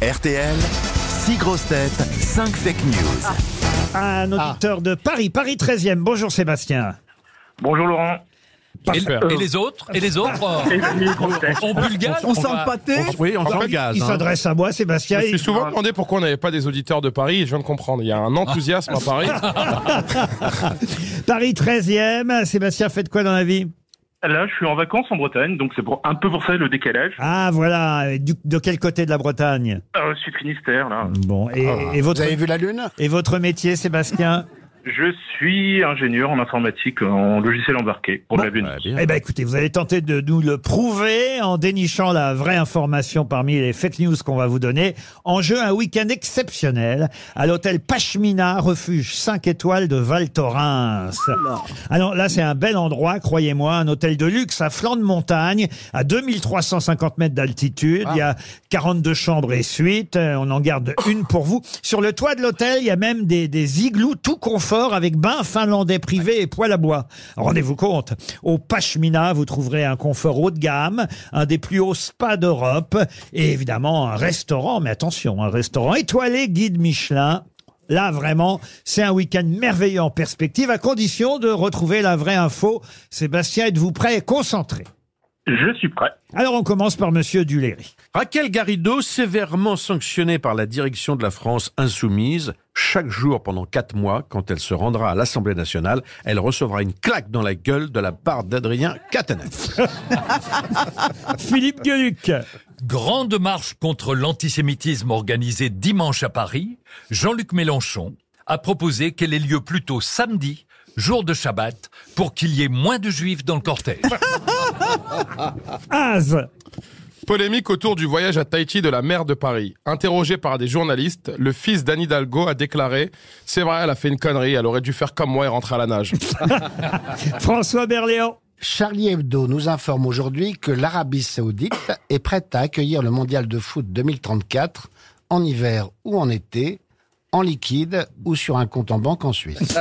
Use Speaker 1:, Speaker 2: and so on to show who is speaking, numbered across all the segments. Speaker 1: RTL, 6 grosses têtes, 5 fake news.
Speaker 2: Un
Speaker 3: Ah.
Speaker 2: auditeur de Paris, Paris 13e. Bonjour Sébastien.
Speaker 4: Bonjour Laurent.
Speaker 5: Et, et les autres Et les autres
Speaker 4: Et
Speaker 5: euh,
Speaker 4: les grosses
Speaker 5: On bulgare
Speaker 3: On sent le pâté
Speaker 6: Oui, on
Speaker 3: En
Speaker 6: sent
Speaker 3: fait,
Speaker 6: le gaz.
Speaker 2: Il
Speaker 6: hein.
Speaker 2: s'adresse à moi,
Speaker 6: Je
Speaker 2: Sébastien.
Speaker 6: me suis
Speaker 2: Il-
Speaker 6: souvent demandé pourquoi on n'avait pas des auditeurs de Paris et je viens de comprendre. Il y a un enthousiasme à Paris.
Speaker 2: Paris 13e. Sébastien, faites quoi dans la vie
Speaker 4: Là, je suis en vacances en Bretagne, donc c'est pour un peu pour ça le décalage.
Speaker 2: Ah, voilà. Du- de quel côté de la Bretagne
Speaker 4: Euh, je suis Finistère, là.
Speaker 2: Bon. Et, et
Speaker 3: Ah. Vous
Speaker 2: votre,
Speaker 3: avez vu la lune
Speaker 2: et votre métier, Sébastien
Speaker 4: Je suis ingénieur en informatique, en logiciel embarqué pour de la Bunny.
Speaker 2: Eh ben, écoutez, vous allez tenter de nous le prouver en dénichant la vraie information parmi les fake news qu'on va vous donner. En jeu, un week-end exceptionnel à l'hôtel Pachmina, refuge 5 étoiles de Val Thorens. Alors là, c'est un bel endroit, croyez-moi, un hôtel de luxe à flanc de montagne, à 2350 mètres d'altitude. Il y a 42 chambres et suites. Euh, On en garde une pour vous. Sur le toit de l'hôtel, il y a même des, des igloos tout confort avec bain finlandais privé et poêle à bois. Rendez-vous compte. Au Pashmina, vous trouverez un confort haut de gamme, un des plus hauts spas d'Europe et évidemment un restaurant, mais attention, un restaurant étoilé guide Michelin. Là, vraiment, c'est un week-end merveilleux en perspective, à condition de retrouver la vraie info. Sébastien, êtes-vous prêt et concentré
Speaker 4: Je suis prêt.
Speaker 2: Alors, on commence par Monsieur Duléry.
Speaker 7: Raquel Garrido, sévèrement sanctionnée par la direction de la France insoumise, chaque jour pendant quatre mois, quand elle se rendra à l'Assemblée nationale, elle recevra une claque dans la gueule de la part d'Adrien Catanef.
Speaker 2: Philippe Gueluc.
Speaker 5: Grande marche contre l'antisémitisme organisée dimanche à Paris, Jean-Luc Mélenchon a proposé qu'elle ait lieu plutôt samedi, jour de Shabbat, pour qu'il y ait moins de juifs dans le cortège.
Speaker 2: Az.
Speaker 6: Polémique autour du voyage à Tahiti de la maire de Paris. Interrogé par des journalistes, le fils d'Anne Hidalgo a déclaré « C'est vrai, elle a fait une connerie, elle aurait dû faire comme moi et rentrer à la nage.
Speaker 2: François Berléand.
Speaker 3: Charlie Hebdo nous informe aujourd'hui que l'Arabie Saoudite est prête à accueillir le mondial de foot 2034 en hiver ou en été, en liquide ou sur un compte en banque en Suisse.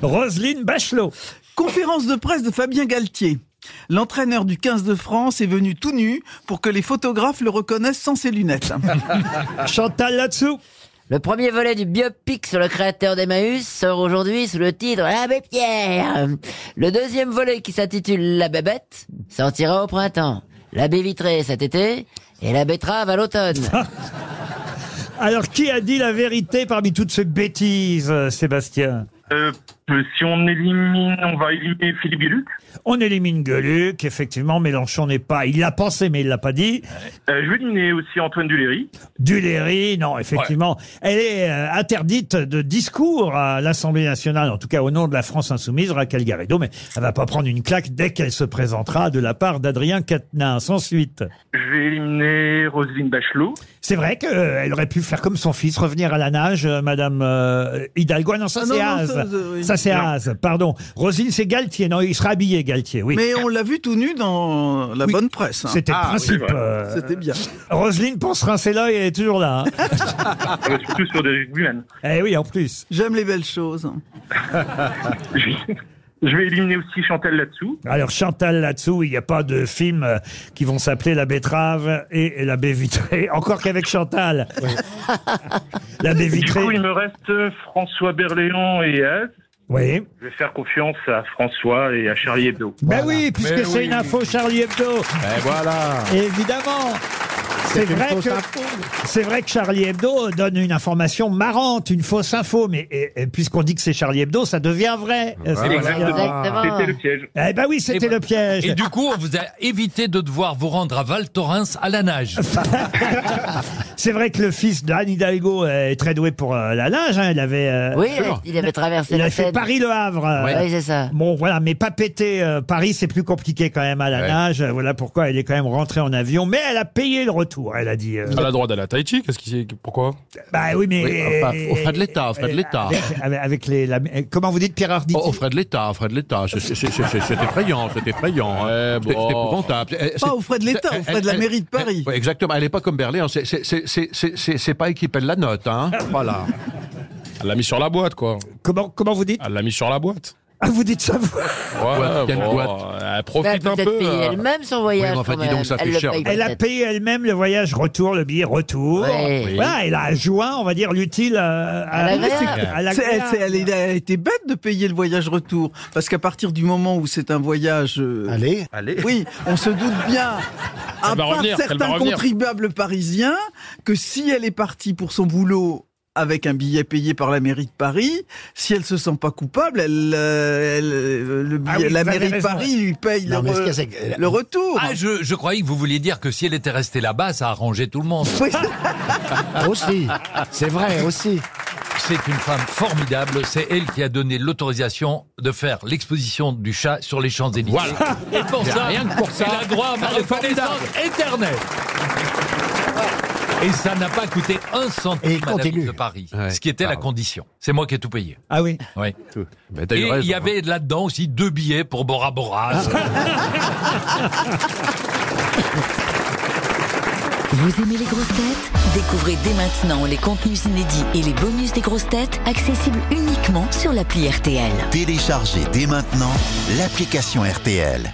Speaker 2: Roselyne Bachelot.
Speaker 8: Conférence de presse de Fabien Galtier. L'entraîneur du 15 de France est venu tout nu pour que les photographes le reconnaissent sans ses lunettes.
Speaker 2: Chantal là-dessous.
Speaker 9: Le premier volet du biopic sur le créateur d'Emmaüs sort aujourd'hui sous le titre L'abbé Pierre. Le deuxième volet qui s'intitule La bébête sortira au printemps. L'abbé vitré cet été et la betterave à l'automne.
Speaker 2: Ah, Alors, qui a dit la vérité parmi toutes ces bêtises, euh, Sébastien
Speaker 4: Euh, si on élimine, on va éliminer Philippe Gueluc.
Speaker 2: On élimine Gueluc, effectivement, Mélenchon n'est pas. Il l'a pensé, mais il l'a pas dit.
Speaker 4: Euh, je vais éliminer aussi Antoine Duléry.
Speaker 2: Duléry, non, effectivement. Elle est euh, interdite de discours à l'Assemblée nationale, en tout cas au nom de la France insoumise, Raquel Garrido, mais elle va pas prendre une claque dès qu'elle se présentera de la part d'Adrien Quatennens. Ensuite,
Speaker 4: Je vais éliminer Roselyne Bachelot.
Speaker 2: c'est vrai qu'elle euh, aurait pu faire comme son fils, revenir à la nage, euh, Madame euh, Hidalgo. Ah Non, ça
Speaker 8: Ah non,
Speaker 2: c'est
Speaker 8: non,
Speaker 2: Az.
Speaker 8: ça, ça, oui.
Speaker 2: Ça c'est
Speaker 4: Non.
Speaker 2: Az, pardon. Rosine, c'est Galtier. Non, il sera habillé, Galtier, oui.
Speaker 8: Mais on l'a vu tout nu dans la
Speaker 2: Oui.
Speaker 8: bonne presse. hein.
Speaker 2: C'était le
Speaker 7: Ah, oui,
Speaker 2: principe.
Speaker 4: voilà.
Speaker 2: euh,
Speaker 8: C'était bien.
Speaker 2: Roselyne pense rincer l'œil, elle est toujours là. hein.
Speaker 4: Ah bah, surtout sur des rugbymen.
Speaker 2: eh oui, en plus.
Speaker 8: J'aime les belles choses.
Speaker 4: Je vais- je vais éliminer aussi Chantal là-dessous.
Speaker 2: Alors Chantal là-dessous, il n'y a pas de films euh, qui vont s'appeler La betterave et, et La baie vitrée. Encore qu'avec Chantal. la baie
Speaker 4: Du coup,
Speaker 2: vitrée.
Speaker 4: il me reste euh, François Berléand et Az.
Speaker 2: Oui.
Speaker 4: Je vais faire confiance à François et à Charlie Hebdo.
Speaker 2: Ben oui, puisque
Speaker 6: Mais
Speaker 2: c'est
Speaker 6: oui.
Speaker 2: une info Charlie Hebdo.
Speaker 6: Et voilà
Speaker 2: Évidemment. C'est vrai, que, c'est vrai que Charlie Hebdo donne une information marrante, une fausse info, mais et- et puisqu'on dit que c'est Charlie Hebdo, ça devient vrai. euh,
Speaker 6: Voilà.
Speaker 2: Sébastien.
Speaker 9: Exactement.
Speaker 4: C'était le piège.
Speaker 2: Eh ben oui, c'était
Speaker 5: Et-
Speaker 2: le piège.
Speaker 5: Et du coup, on vous a évité de devoir vous rendre à Val Thorens à la nage.
Speaker 2: C'est vrai que le fils d'Anne Hidalgo euh, est très doué pour euh, la nage. hein, il avait, euh,
Speaker 9: Oui, il avait traversé
Speaker 2: il
Speaker 9: la
Speaker 2: avait fait
Speaker 9: Seine.
Speaker 2: Paris-Le Havre. euh,
Speaker 9: Oui, c'est ça.
Speaker 2: Bon, voilà, mais pas péter euh, Paris, c'est plus compliqué quand même à la
Speaker 7: Ouais.
Speaker 2: nage. Euh, Voilà pourquoi elle est quand même rentrée en avion. Mais elle a payé le retour, elle a dit. euh,
Speaker 6: Elle a le droit d'aller à Tahiti, qu'est-ce qui... Pourquoi
Speaker 2: bah oui, mais. euh,
Speaker 7: Oui, enfin, aux frais de l'État, aux frais de l'État.
Speaker 2: Avec, avec- avec les. la- euh, comment vous dites, Pierre Hardy
Speaker 7: Oh, frais de l'État, frais de l'État, c'est c'est- c'est- c'est- c'est effrayant, c'est effrayant. hein.
Speaker 6: Ouais,
Speaker 7: C'est
Speaker 6: bon.
Speaker 7: c'est épouvantable. Eh, c'est-
Speaker 8: Pas aux frais de l'État, aux frais de la
Speaker 7: elle-
Speaker 8: mairie de
Speaker 7: elle-
Speaker 8: Paris.
Speaker 7: ouais, exactement, elle n'est pas comme Berléand, c'est- c'est- c'est c'est- c'est- c'est- c'est pas elle qui pèle la note. Hein. Voilà.
Speaker 6: Elle l'a mis sur la boîte, quoi.
Speaker 2: Comment, comment vous dites
Speaker 6: Elle l'a mis sur la boîte.
Speaker 2: Ah, vous dites ça, vous
Speaker 6: Ouais,
Speaker 7: il y a une
Speaker 6: bon,
Speaker 7: boîte.
Speaker 6: Elle
Speaker 9: Elle a
Speaker 6: profite un
Speaker 9: peut-être
Speaker 6: peu.
Speaker 9: payé
Speaker 6: euh.
Speaker 9: elle-même son voyage.
Speaker 7: mais enfin,
Speaker 9: quand
Speaker 7: dis donc,
Speaker 9: même.
Speaker 7: ça fait
Speaker 9: Elle le
Speaker 7: cher.
Speaker 9: paye
Speaker 2: Elle a
Speaker 9: peut-être.
Speaker 2: payé elle-même le voyage retour, le billet retour.
Speaker 9: Ouais. Oui.
Speaker 2: Voilà, elle a joint, on va dire, l'utile euh, à,
Speaker 9: l'agréable.
Speaker 2: à
Speaker 8: C'est-
Speaker 2: l'agréable.
Speaker 8: c'est- elle, est- elle a été bête de payer le voyage retour, parce qu'à partir du moment où c'est un voyage, euh,
Speaker 3: Allez.
Speaker 7: Allez.
Speaker 8: oui, on se doute bien, à
Speaker 6: va
Speaker 8: part
Speaker 6: revenir, elle va
Speaker 8: certains
Speaker 6: revenir.
Speaker 8: contribuables parisiens, que si elle est partie pour son boulot avec un billet payé par la mairie de Paris, si elle se sent pas coupable, elle, euh, elle, euh, le
Speaker 2: Ah
Speaker 8: billet-
Speaker 2: oui,
Speaker 8: la
Speaker 2: vous avez
Speaker 8: mairie de
Speaker 2: raison.
Speaker 8: Paris lui paye le,
Speaker 3: Non, mais ce
Speaker 8: re-
Speaker 3: qu'il y a, c'est que-
Speaker 8: le retour.
Speaker 5: Ah, je, je croyais que vous vouliez dire que si elle était restée là-bas, ça arrangeait tout le monde.
Speaker 3: Aussi. C'est vrai, aussi.
Speaker 5: C'est une femme formidable. C'est elle qui a donné l'autorisation de faire l'exposition du chat sur les Champs-Élysées.
Speaker 6: Voilà.
Speaker 5: Et pour ça,
Speaker 6: rien que pour ça,
Speaker 5: elle a droit à ma
Speaker 6: elle est formidable.
Speaker 5: reconnaissance éternelle. Et ça n'a pas coûté un
Speaker 3: Et
Speaker 5: centime à la
Speaker 3: continue.
Speaker 5: ville de Paris,
Speaker 7: Ouais.
Speaker 5: ce qui était la
Speaker 7: Pardon.
Speaker 5: condition. C'est moi qui ai tout payé.
Speaker 2: Ah oui.
Speaker 5: Oui.
Speaker 7: Mais t'as eu
Speaker 5: Et
Speaker 7: raison,
Speaker 5: il y
Speaker 7: hein.
Speaker 5: avait là-dedans aussi deux billets pour Bora Bora.
Speaker 6: Ah.
Speaker 10: Vous aimez les grosses têtes Découvrez dès maintenant les contenus inédits et les bonus des grosses têtes accessibles uniquement sur l'appli RTL.
Speaker 1: Téléchargez dès maintenant l'application RTL.